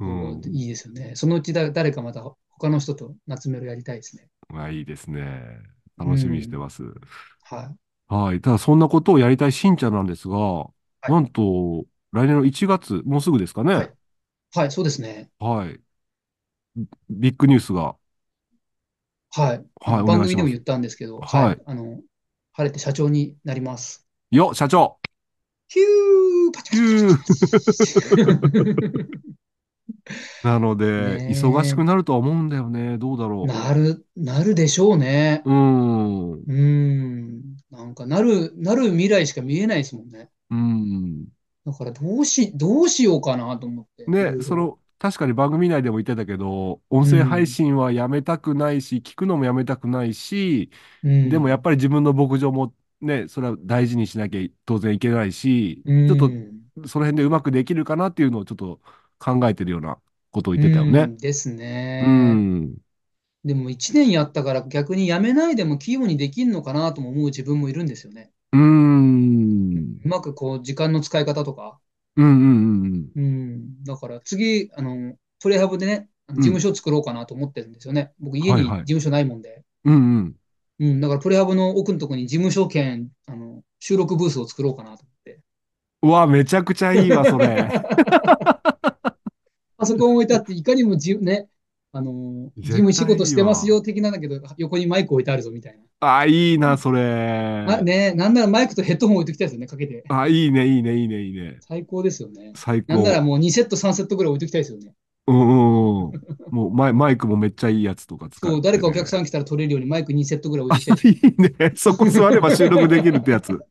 うん。いいですよね。そのうちだ誰かまた他の人と夏メロやりたいですね。まあいいですね。楽しみにしてます。はい。はい。ただ、そんなことをやりたいしんちゃんなんですが、いなんと、来年の1月、もうすぐですかね。はい、そうですね。はい。ビッグニュースが。はい。はい、お番願い組しでまもす。言ったんですけど、はいはい。あの、晴れて社長になります。よ、社長。ヒューパチパチパチなので、ねえ忙しくなるとは思うんだよね。どうだろう。 なる、なるでしょうね。うーん。ううーん。なんか、なる、なる未来しか見えないですもんね。ーん。だから、どうし、どうしようかなと思って。いろいね、ろそ、の、確かに番組内でも言ってたけど、音声配信はやめたくないし、聞くのもやめたくないし、うんでもやっぱり自分の牧場もね、それは大事にしなきゃ当然いけないし、うんちょっとその辺でうまくできるかなっていうのをちょっと考えてるようなことを言ってたようねん。ですうね。ん。でも、一年やったから、逆にやめないでも器用にできんのかなとも思う自分もいるんですよね。うーん。うまく、こう、時間の使い方とか。うんうんうんうん。うん。だから、次、あの、プレハブでね、あの事務所作ろうかなと思ってるんですよね。僕、家はいにはい事務所ないもんで。うんうん。うん、だからプレハブの奥のとこに事務所兼、あの、収録ブースを作ろうかなと思って。うわ、めちゃくちゃいいわ、それ。 パソコンを置いてあって、いかにもじ、ね、あの、事務仕事してますよ的なんだけど、横にマイク置いてあるぞみたいあ、いいな、そな。れま。ね、なんならマイクとヘッドホン置いてきたいですよね、かけて。あ、いいね、いいね、いいね、いいね。最高ですよね。最なん高。ならもう2セット、3セットぐらい置いてきたいですよね。うんうんうん。もうマイ、マイクもめっちゃいいやつとか使そう、って誰かお客ん。さん来たら取れるようにマイク2セットぐらい置いてき たいいいね。そこ座れば収録できるってやつ。です。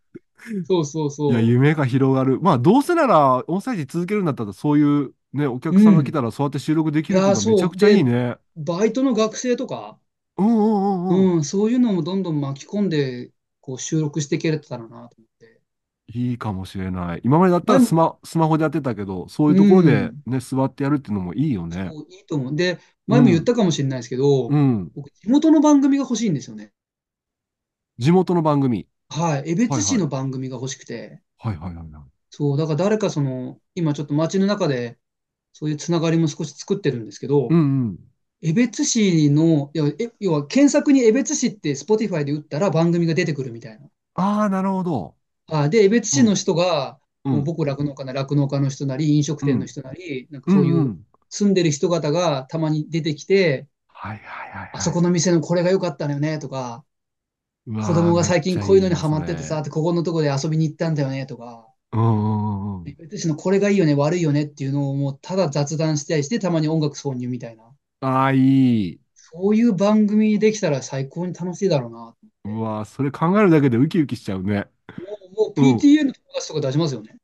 そうそうそいや、う。夢が広がる。まあ、どうせなら、オンサイト続けるんだったら、そういう、ね、お客さんが来たら、そうやって収録できるっていうのいはやそうめちゃくちゃいいね。バイトの学生とか、うんうんうんうん。うん、そういうのもどんどん巻き込んで、こう収録していけれたらなと思って。いいかもしれない。今までだったらスマ、スマホでやってたけど、そういうところでね、座ってやるっていうのもいいよね。そういいと思う。で、前も言ったかもしれないですけど、うん。僕、地元の番組が欲しいんですよね。地元の番組。はい。江別市はいはの番組が欲しくて。はいはいはいはい。そう、だから誰かその、今ちょっと街の中で、そういうつながりも少し作ってるんですけどう、んうん。江別市の、いや、え、要は検索に江別市って Spotify で打ったら番組が出てくるみたいな。ああ、なるほど。あ、で、江別市の人が、うんもう僕、酪農家な、酪農家の人なり、飲食店の人なり、なんかうんそうう。いうん住んでる人方がたまに出てきて、はいはいはいはい。あそこの店のこれが良かったのよね、とか、うわー子供が最近こういうのにハマってて、めさ、っってここのとこで遊びに行ったんだよねとか、ちゃいいですねうんうんうんうん。私のこれがいいよね、悪いよねっていうのをもうただ雑談したりして、たまに音楽挿入みたいな。ああ、いい。そういう番組できたら最高に楽しいだろうな。もうわーそれ考えるだけでウキウキしちゃうね。う、もう PTA の友達とか出しますよ ね。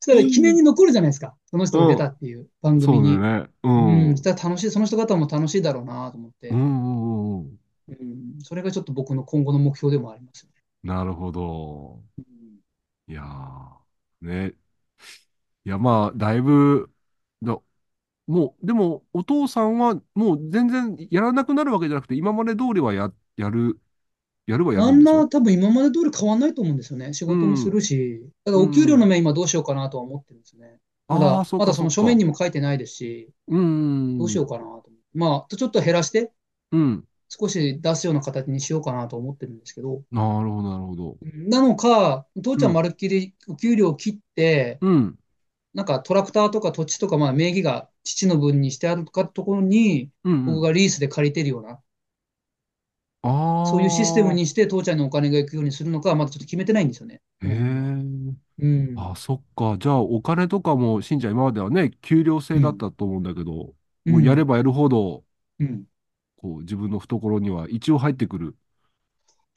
そしたら記念に残るじゃないですか。その人が出たっていう番そ組うだに。よね。う。うんん、したら楽しい、その人方も楽しいだろうなと思ってう、んうんうんうん。うん、それがちょっと僕の今後の目標でもありますよなるほど。ね。いやー、ね。いや、まあ、だいぶ、だ、もう、でも、お父さんは、もう全然やらなくなるわけじゃなくて、今まで通りはや、やる、やるはやあるんんでしなょ多分今まで通り変わんないと思うんですよね。仕事もするし。だからお給料の面今どうしようかなとは思ってるんですよね。まだ、ああ、そうまかだそのそ書うか面にも書いてないですし、うん。どうしようかなと思って。まあ、ちょっと減らして、うん。少し出すような形にしようかなと思ってるんですけど。なるほど、なるほど。なのか、父ちゃんまるっきりお給料を切って、うん。なんかトラクターとか土地とか、まあ名義が父の分にしてあるかところに、うんうん僕がリースで借りてるような、ああ。そういうシステムにして父ちゃんのお金が行くようにするのか、まだちょっと決めてないんですよね。へえ。うん。あ、そっか。じゃあ、お金とかも、しんちゃん、今まではね、給料制だったと思うんだけど、もうやればやるほど、うん。こう、自分の懐には一応入ってくる。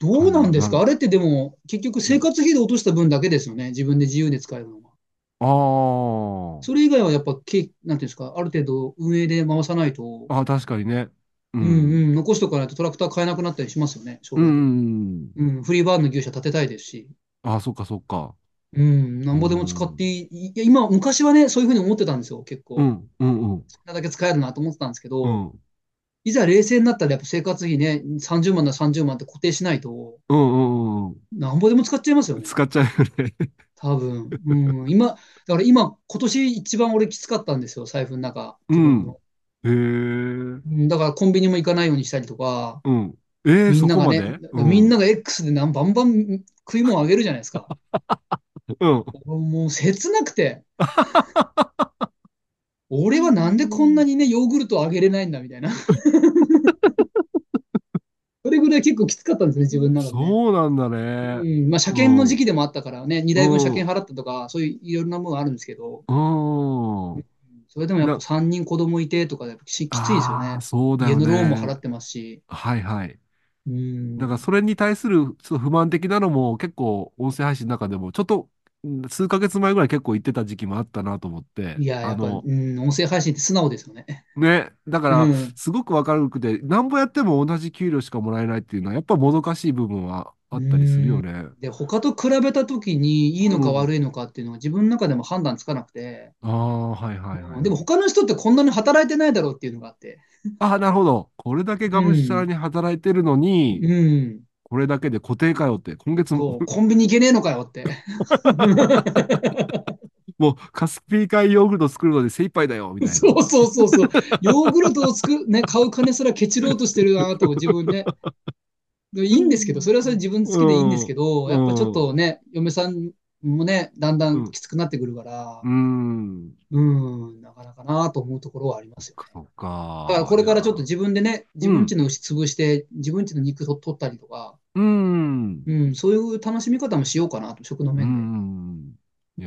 どうなんですかうあれってでも、結局生活費で落とした分だけですよね。自分で自由で使えるのは。あーそれ以外はやっぱ、け、なんていうんですか、ある程度運営で回さないと、あー、確かにね。ううんん。うん、残しとかないとトラクター買えなくなったりしますよね、将う来。んうんうん。うん、フリーバーンの牛舎建てたいですし、あー、そっかそっか。うん、なんぼでも使っていい、いや、今、昔はね、そういうふうに思ってたんですよ、結構。う好ん、うん、うん。きなだけ使えるなと思ってたんですけうど、ん、いざ冷静になったらやっぱ生活費ね、30万なら30万って固定しないと、うん、うん、うん。なんぼでも使っちゃいますよね、使っちゃうよね。 多分。うん、今、だから今、今年一番俺きつかったんですよ、財布の中、うん自分の。へーうんだからコンビニも行かないようにしたりとか、うん。えー、みんそなこがまね、でだからうん、みんなが X でなんバンバン食い物あげるじゃないですか。うん。もう切なくて。俺はなんでこんなにね、ヨーグルトあげれないんだみた いな。それぐらい結構きつかったんですね、自分の中でね。そうなんだね。うん、まあ、車検の時期でもあったからね、2台分車検払ったとか、そういういろんなものあるんですけど、うん。それでもやっぱ3人子供いてとか、やっぱしきついですよあねー。そうだ家よのローンもね。払ってますし。はいはい。うん。だからそれに対するちょっと不満的なのも結構音声配信の中でもちょっとうん数ヶ月前ぐらい結構言ってた時期もあったなと思って。いや、やあっぱ、の、うん、音声配信って素直ですよね。ね。だかうらん。すごくわかるくて、なんぼやっても同じ給料しかもらえないっていうのはやっぱもどかしい部分はあったりするよね。で、他と比べたときにいいのか悪いのかっていうのは自分の中でも判断つかなくて、ああ、はいはいはい。でも他の人ってこんなに働いてないだろうっていうのがあって、ああ、なるほど。これだけがむしゃらに働いてるのに、うん、これだけで固定かよって、今月もそうコンビニ行けねえのかよって。 もうカスピー海ヨーグルト作るので精一杯だよ、みたいな。そうそうそうそう。ヨーグルトをつく、ね、買う金すらケチろうとしてるなと自分で。でいいんですけど、それはそれ自分好きでいいんですけど、うんやっぱちょっとね、嫁さんもね、だんだんきつくなってくるからう、ん。うん、なかなかなと思うところはありますよね。そっか。だからこれからちょっといや自分でね、自分家の牛潰して、自分家の肉と取ったりとか、うん。うん、そういう楽しみ方もしようかなと、食のう面で。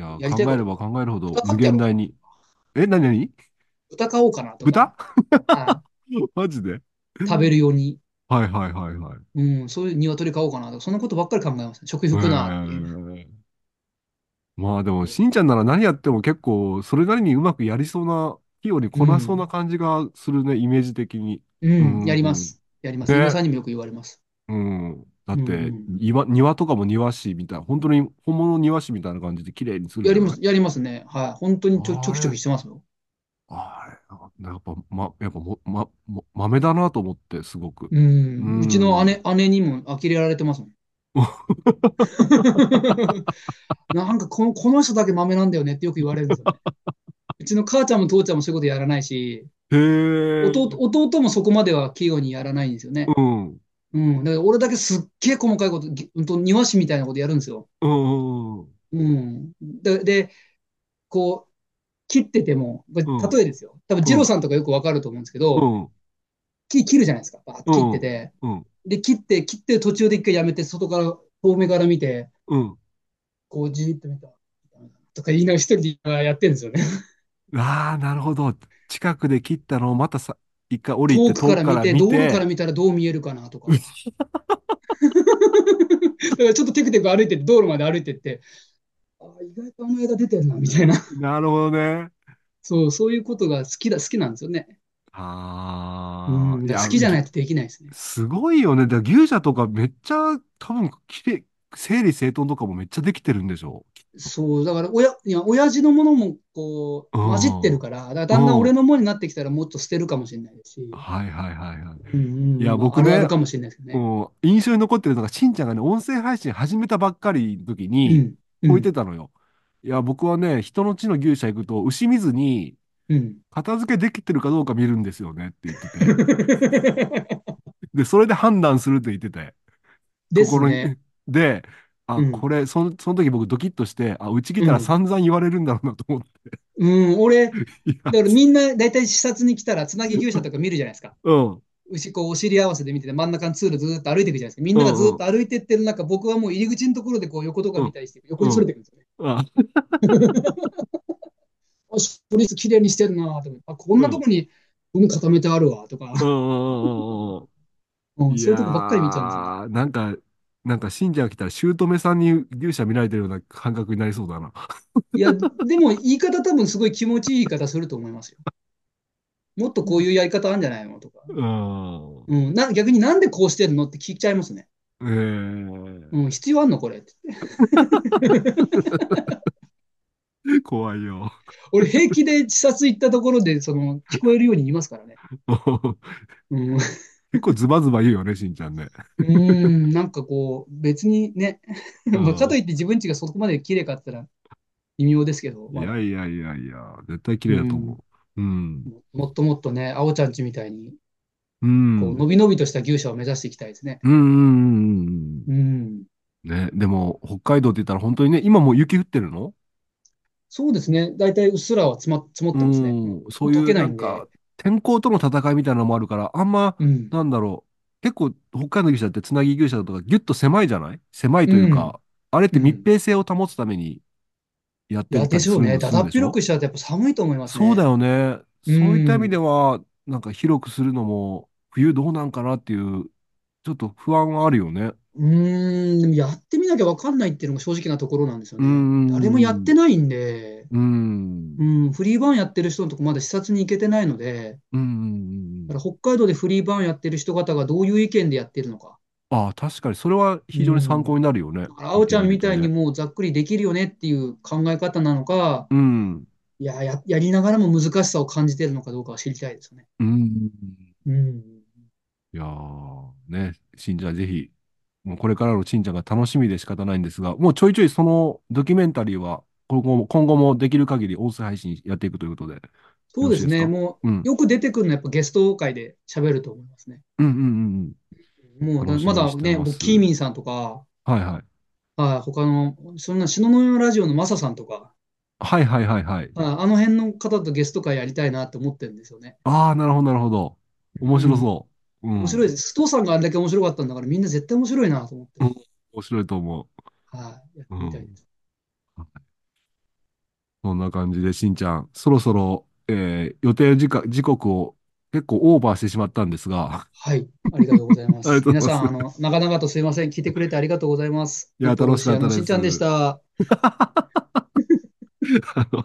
ん。いや、やりた考いことえれば考えるほど豚飼無ってやろう限大に。え、なになに豚買おうかなと豚か、は マジでい食べるように、はいはいはいはい。うん、そういう鶏買おうかなとか、そんなことばっかり考えますね。食え欲なっていう。ーまあでも、しんちゃんなら何やっても結構、それなりにうまくやりそうな、器用にこなそうな感じがするね、イメージ的に。うん、うんやります。やります。ね皆さんにもよく言われます。うん。だってうん、庭、庭とかも庭師みたいな、本当に本物の庭師みたいな感じで綺麗にするやりじゃまなすい。やりますね。はい。本当にちょ、ちょきちょきしてますよ。あれ、やっぱ、ま、やっぱも、ま、も、豆だなと思って、すごく。ううんん。うちの姉、姉にも呆れられて ますもん。なんかこの、この人だけ豆なんだよねってよく言われるんですよね。うちの母ちゃんも父ちゃんもそういうことやらないし、へえ。弟、弟もそこまでは器用にやらないんですよね。うん。うんうん。だから俺だけすっげえ細かいこと、ぎうんと庭師みたいなことやるんですよ。うんうん。うん。で、で、こう、切ってても、これうん例えですよ。多分、二郎さんとかよくわかると思うんですけうど、ん。木切るじゃないですか。バーッと切っててうん。で、切って、切ってる途中で一回やめて、外から、遠目から見て、うん。こう、じーっと見た。とか言いながら一人で今やってるんですよね。ああ、なるほど。近くで切ったのをまたさ、一回降り遠て、くから見て、遠道くから見路から見たらどう見えるかなとか。だからちょっとテクテク歩いてて、道路まで歩いてって、あー意外とあの枝出てるな、みたいな。なるほどね。そう、そういうことが好きだ、好きなんですよね。あうん、あ。。だから好きじゃないいとできないですね。すごいよね。だから牛舎とかめっちゃ、多分、きれい、整理整頓とかもめっちゃできてるんでしょそう、だから、親、いや、親父のものも、こう、うん混じってるから、だからだんだん俺のものになってきたら、もっと捨てるかもしれないですし、はいはいはいはい。うんうんいやまあ僕あるねあるかもしれないですけどね。もう印象に残ってるのが、しんちゃんがね、音声配信始めたばっかりの時に、うん、こう言ってたのよ。いや、僕はね、人の地の牛舎行くと、牛見ずに、 うん、片付けできてるかどうか見るんですよねって言ってて。うん。で、それで判断するって言ってて。です心にね。で、あ、うんこれ、その、その時僕ドキッとして、あ、うち来たらうん散々言われるんだろうなと思って。うん、俺、だいやからみんな大体視察に来たら、つなぎ牛舎とか見るじゃないですか。うん。牛、こう、お尻合わせで見てて、真ん中の通路ずーっと歩いていくじゃないですか。みんながずーっと歩いてってる中、僕はもう入り口のところで、こう、横とか見たりして、横にそれていくんですよね。ああ、しプリーズ綺麗にしてんなと思って、あ、こんなとこにゴム固めてあるわとか、 うんうんうんうんうんうん。そういうとこばっかり見ちゃうんですいやーなよ。んか、なんか信者が来たら、姑さんに牛舎見られてるような感覚になりそうだな。いや、でも言い方多分すごい気持ちいい言い方すると思いますよ。もっとこういうやり方あるんじゃないのとか。うん。うん、な、逆になんでこうしてんのって聞いちゃいますね。えーうん、必要あんのこれって。怖いよ。 俺平気で自殺行ったところで、その、聞こえるように言いますからね。うん、う結構ズバズバ言うよね、しんちゃんね。ーん、なんかこう、別にね、うん まあかといって自分家がそこまで綺麗かって言ったら微妙ですけど、いまあやいやいやいや、絶対綺麗だと思う。うん。もっともっとね、青ちゃんちみたいに、うん。こう、のびのびとした牛舎を目指していきたいですね。うんうんうんうんううん。ん。ね、でも、北海道って言ったら本当にね、今もう雪降ってるのそうですね。大体うっすらは積ま、積もってますね。うんそういう溶けないなんんでか、天候との戦いみたいなのもあるから、あんま、うん。なんだろう、結構北海道牛舎ってつなぎ牛舎とかギュッと狭いじゃない狭いというか、あれって密閉性を保つためにやっていや、るたでりしすょるうんでね。すだるんだでっしょ広くしちゃうとやっぱ寒いと思いますそうだね。よね。そういった意うん味では、なんか広くするのも、冬どうなんかなっていう、ちょっと不安はあるよね。うーん、でもやってみなきゃわかんないっていうのが正直なところなんですようね。ん。誰もやってないんで、うん。うんうん、フリーバーンやってる人のとこまだ視察に行けてないので、うんうんうんだから北海道でフリーバーンやってる人方がどういう意見でやってるのか。ああ、確かに、それは非常に参考になるよね。だから、青ちゃんみたいにもうざっくりできるよねっていう考え方なのか、うん。いや、や、やりながらも難しさを感じてるのかどうかは知りたいですよね。うん。うん。いやー、ね、しんちゃん、ぜひ、もうこれからのしんちゃんが楽しみで仕方ないんですが、もうちょいちょいそのドキュメンタリーは、今後も、今後もできる限り音声配信やっていくということで。そうですね。よろしいですかもうんう、。よく出てくるのはやっぱゲスト会で喋ると思いますね。うんうんうんもう、楽しみにまだしてね、ます僕キーミンさんとか、うん。はいはい。あ他の、そんな、東雲ラジオのマサさんとか、はいはいはいはい。ああの辺の方とゲスト会やりたいなって思ってるんですよね。ああ、なるほどなるほど。面白そう。うん。面白いです。須藤さんがあれだけ面白かったんだから、みんな絶対面白いなと思って、うん面白いと思う。はい、やってみたいです。そんな感じで、しんちゃん、そろそろ、えー予定時間、時刻を結構オーバーしてしまったんですが、 はい、ありがとうございます。ありがとうござ皆いまさすん、あの、長々とすいません。聞いてくれてありがとうございます。いや元楽しかったロですシアのしんちゃんでした。あの、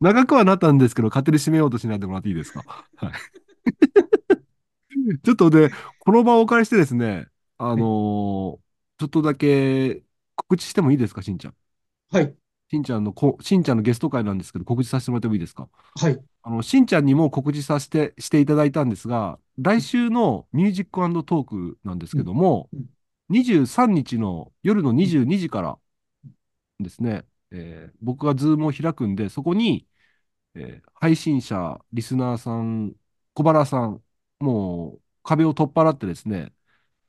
長くはなったんですけど、勝手に締めようとしないでもらっていい ですか。はい。ちょっとで、この場をお借りしてですね、あのーちょっとだけ告知してもいいですか、しんちゃん。はい、しんちゃんのこ、しんちゃんのゲスト会なんですけど、告知させてもらってもいいですか。はい。あの、しんちゃんにも告知させて、していただいたんですが、来週のミュージックトークなんですけどもうん、 23日の夜の22時からですね、えー僕がズームを開くんで、そこに、えー配信者、リスナーさん、小腹さん、もう壁を取っ払ってですね、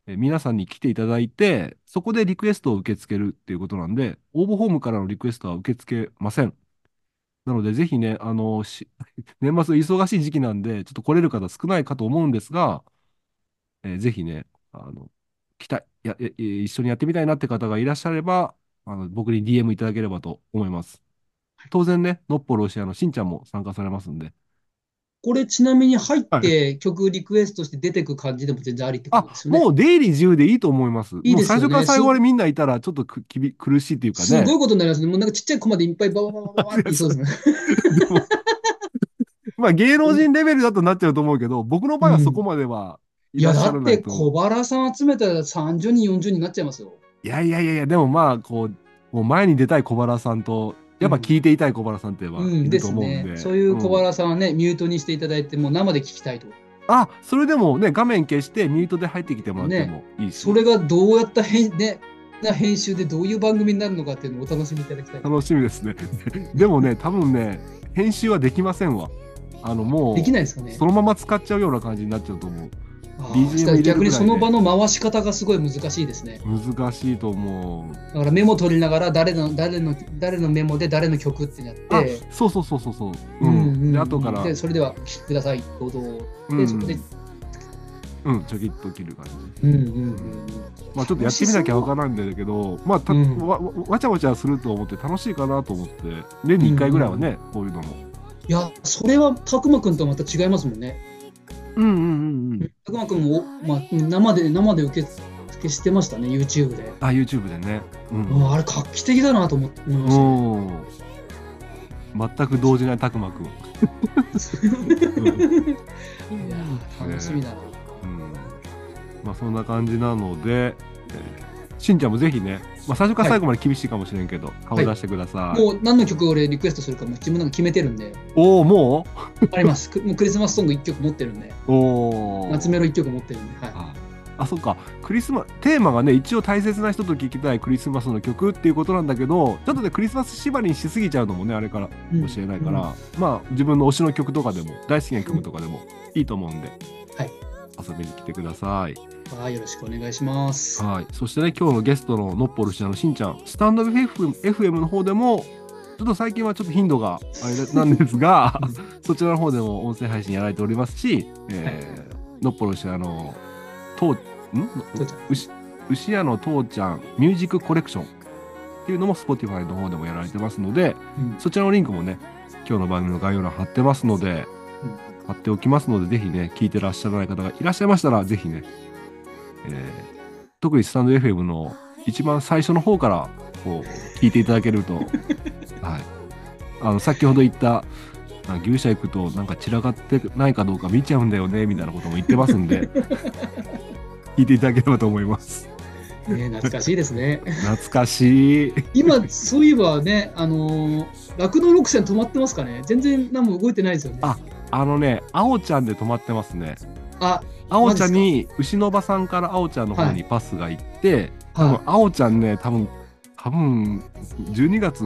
えー皆さんに来ていただいて、そこでリクエストを受け付けるっていうことなんで、応募フォームからのリクエストは受け付けません。なので、ぜひね、あの、し年末忙しい時期なんで、ちょっと来れる方少ないかと思うんですが、えーぜひね、あの、来たい、や、や一緒にやってみたいなって方がいらっしゃれば、あの、僕に DM いただければと思います。当然ね、ノッポロシアのしんちゃんも参加されますんで。これ、ちなみに入っはて曲リクエストして出てく感じでも全然ありってこあとで、すよね。もう出入り自由でいいと思います。いいですよねもう最初から最後までみんないたら、ちょっとくきび苦しいっていうかすね。ごいことになりますね。もうなんかちっちゃいコマでいっぱいババババババって言いそうで すね。でもまあ、芸能人レベルだとなっちゃうと思うけど、僕の場合はそこまではいいらや、っしだゃらっないてと思う。小原さん集めたら30人、40人になっちゃいますよ。いやいやいやいや、でもまあ、こう、もう前に出たい小原さんと、やっぱ聞いていたい小原さんってはういんるでとす思うんで。ね。そういう小ん原さんはね、ミュートにしていただいて、もう生で聞きたいと。あ、それでもね、画面消してミュートで入ってきてもらってもいいし、それがどうやった編,、ね、な編集でどういう番組になるのかっていうのをお楽しみいただきたい。楽しみですね。 でもね、多分ね、編集はできませんわ。あの、もう、できないですかねそのまま使っちゃうような感じになっちゃうと思う。あー BGM そしたら逆にその入れるぐら場いの回し方がすごい難しいですね。難しいと思う。だからメモ取りながら誰の誰の誰のメモで誰の曲ってやあって、、そうそうそうそうそう。うんうんうんで、後から、でそれではお聴きください、どうぞ。うんでそこでうん、ちょきっと切る感じ。うんうんうんまあちょっとやってみなきゃわからんだけど、まあた、うんわわわちゃわちゃすると思って楽しいかなと思って、年に1回ぐらいはね、こういうのも。いや、それはたくまくんとはまた違いますもんね。うんうんうんうん。たくまくんも、まあ、生で、生で受け付けしてましたね、YouTube で。あ、YouTube でね。うん。もうあれ画期的だなと思って思いました。おー全く動じないたくま くん。いやー楽しみだな。うんまあそんな感じなので、えーしんちゃんもぜひね、まあ、最初から最後まで厳しいかもしれんけど、顔出してください。もう何の曲を俺リクエストするかも自分なんか決めてるんで、おお、もあり ます。くもうクリスマスソング1曲持ってるんで、うおお。夏メロ1曲持ってるんで、はい。ああ、そっか。クリスマテーマがね、一応大切な人と聴きたいクリスマスの曲っていうことなんだけど、ちょっとね、クリスマス縛りにしすぎちゃうのもね、あれからうん教えないから、まあ自分の推しの曲とかでも、大好きな曲とかでもいいと思うんで、はい遊びに来てください。うんはい、よろしくお願いします。はい、そしてね今日のゲストのノッポルシナのしんちゃんスタンド FM, FM の方でもちょっと最近はちょっと頻度があ れなんですがそちらの方でも音声配信やられておりますし、えー、ノッポルシナのとうん父ちゃん牛牛屋の父ちゃんミュージックコレクションっていうのも Spotify の方でもやられてますのでうんそちらのリンクもね今日の番組の概要欄貼ってますのでうん貼っておきますので、ぜひね、聞いてらっしゃらない方がいらっしゃいましたら、ぜひね、えー特にスタンド FM の一番最初の方から、こう、聞いていただける と、はい。あの、先ほど言った、あ牛舎行くと、なんか散らかってないかどうか見ちゃうんだよね、みたいなことも言ってますん で、聞いていただければと思います。ね、懐かしいですね。懐かしい。今、そういえばね、あのー、酪農6線止まってますかね全然何も動いてないですよね。ああのね、あおちゃんで止まってますね。あ、あおちゃんに、牛のおばさんからあおちゃんの方にパスが行って、多分はあおちゃんね多分多分12月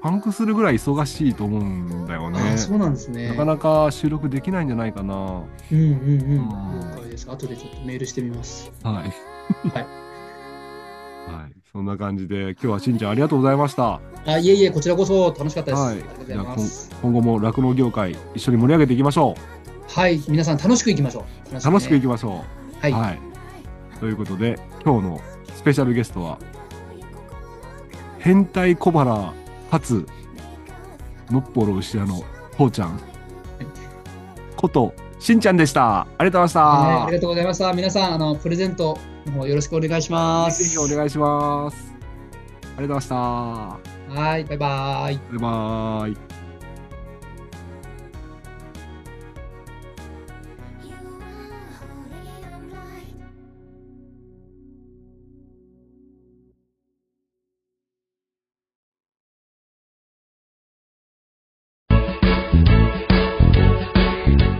パンクするぐらい忙しいと思うんだよい。ねあ、そうなんですね。なかなか収録できないんじゃないかなはうんうんうん。うん了解です。後でちょっとメールしてみます。い はいそんな感じで今日はしんちゃんありがとうございましたあ、いえいえ、こちらこそ楽しかったです。はいありがとうございます。今後も酪農業界一緒に盛り上げていきましょはい、皆さん楽しくいきましょう。う楽しくいききましょはうい。ということで今日のスペシャルゲストは変態小腹かつのっぽろ牛屋のほうちゃんことしんちゃんでしたありがとうございましたあありがとうございました。皆さん、あのプレゼントの方よろしくお願いします。ぜひお願いします。ありがとうございましはい、バイバイ。た。バイバイ。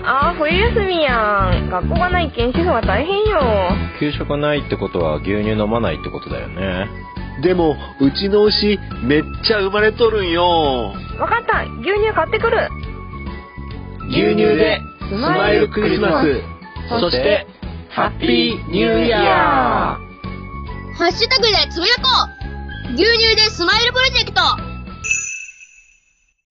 あー、冬休みやん。学校がないけん主婦は大変よ。給食がないってことは牛乳飲まないってことだよねでも、うちの牛、めっちゃ生まれとるんよ。わかった。牛乳買ってくる。牛乳で、ススマイルクリスマス。そして、ハッピーニューイヤー。ハッシュタグでつぶやこう牛乳でスマイルプロジェクト